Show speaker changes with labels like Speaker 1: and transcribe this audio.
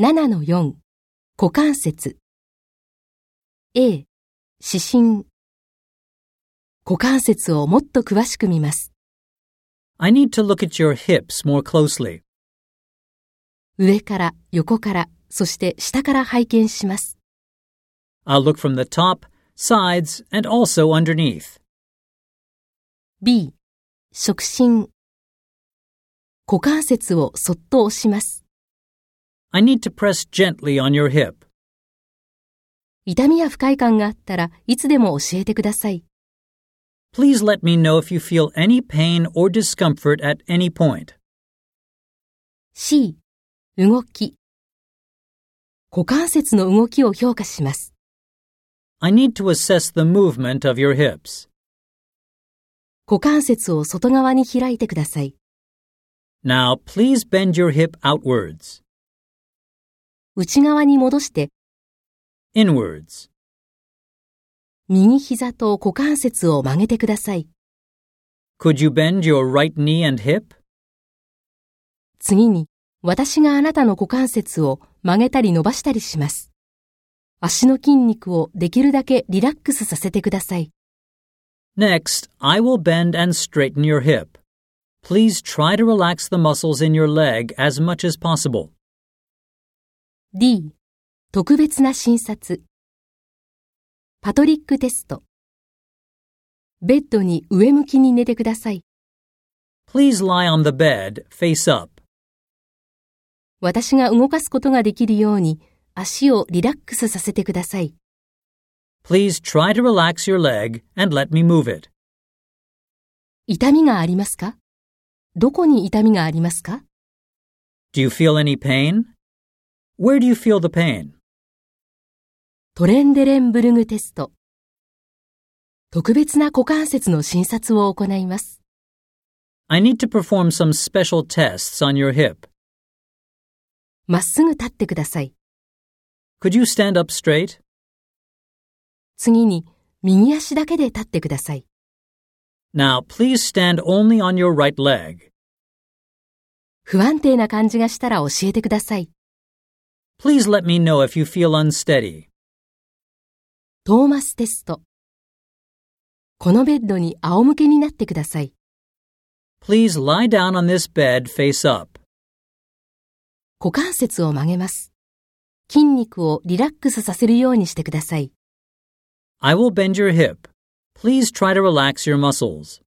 Speaker 1: 7-4股関節 A 指針股関節をもっと詳しく見ます
Speaker 2: I need to look at your hips more closely.
Speaker 1: 上から横からそして下から拝見します
Speaker 2: I'll look from the top, sides, and also underneath.
Speaker 1: B 触診股関節をそっと押します
Speaker 2: I need to press gently on your hip.
Speaker 1: 痛みや不快感があったらいつでも教えてください
Speaker 2: Please let me know if you feel any pain or discomfort at any point.
Speaker 1: C 動き股関節の動きを評価します
Speaker 2: I need to assess the movement of your hips.
Speaker 1: 股関節を外側に開いてください
Speaker 2: Now, please bend your hip outwards,
Speaker 1: 内側に戻して
Speaker 2: inwards.
Speaker 1: 右膝と股関節を曲げてください。
Speaker 2: Could you bend your right knee and hip?
Speaker 1: 次に、私があなたの股関節を曲げたり伸ばしたりします。足の筋肉をできるだけリラックスさせてください。
Speaker 2: Next, I will bend and straighten your hip. Please try to relax the muscles in your leg as much as possible.
Speaker 1: D、特別な診察。パトリックテスト。ベッドに上向きに寝てください。
Speaker 2: Please lie on the bed, face up.
Speaker 1: 私が動かすことができるように、足をリラックスさせてください。
Speaker 2: Please try to relax your leg and let me move it.
Speaker 1: 痛みがありますかどこに痛みがありますか
Speaker 2: Do you feel any pain? Where do you feel the pain?
Speaker 1: トレンデレンブルグテスト。特別な股関節の診察を行います。
Speaker 2: I need to perform some special tests on your hip.
Speaker 1: まっすぐ立ってください。
Speaker 2: Could you stand up straight?
Speaker 1: 次に、右足だけで立ってください。
Speaker 2: Now, please stand only on your right leg.
Speaker 1: 不安定な感じがしたら教えてください。
Speaker 2: Please let me know if you feel unsteady.
Speaker 1: トーマステスト。このベッドに仰向けになってください。
Speaker 2: Please lie down on this bed face up.
Speaker 1: 股関節を曲げます。筋肉をリラックスさせるようにしてください。
Speaker 2: I will bend your hip. Please try to relax your muscles.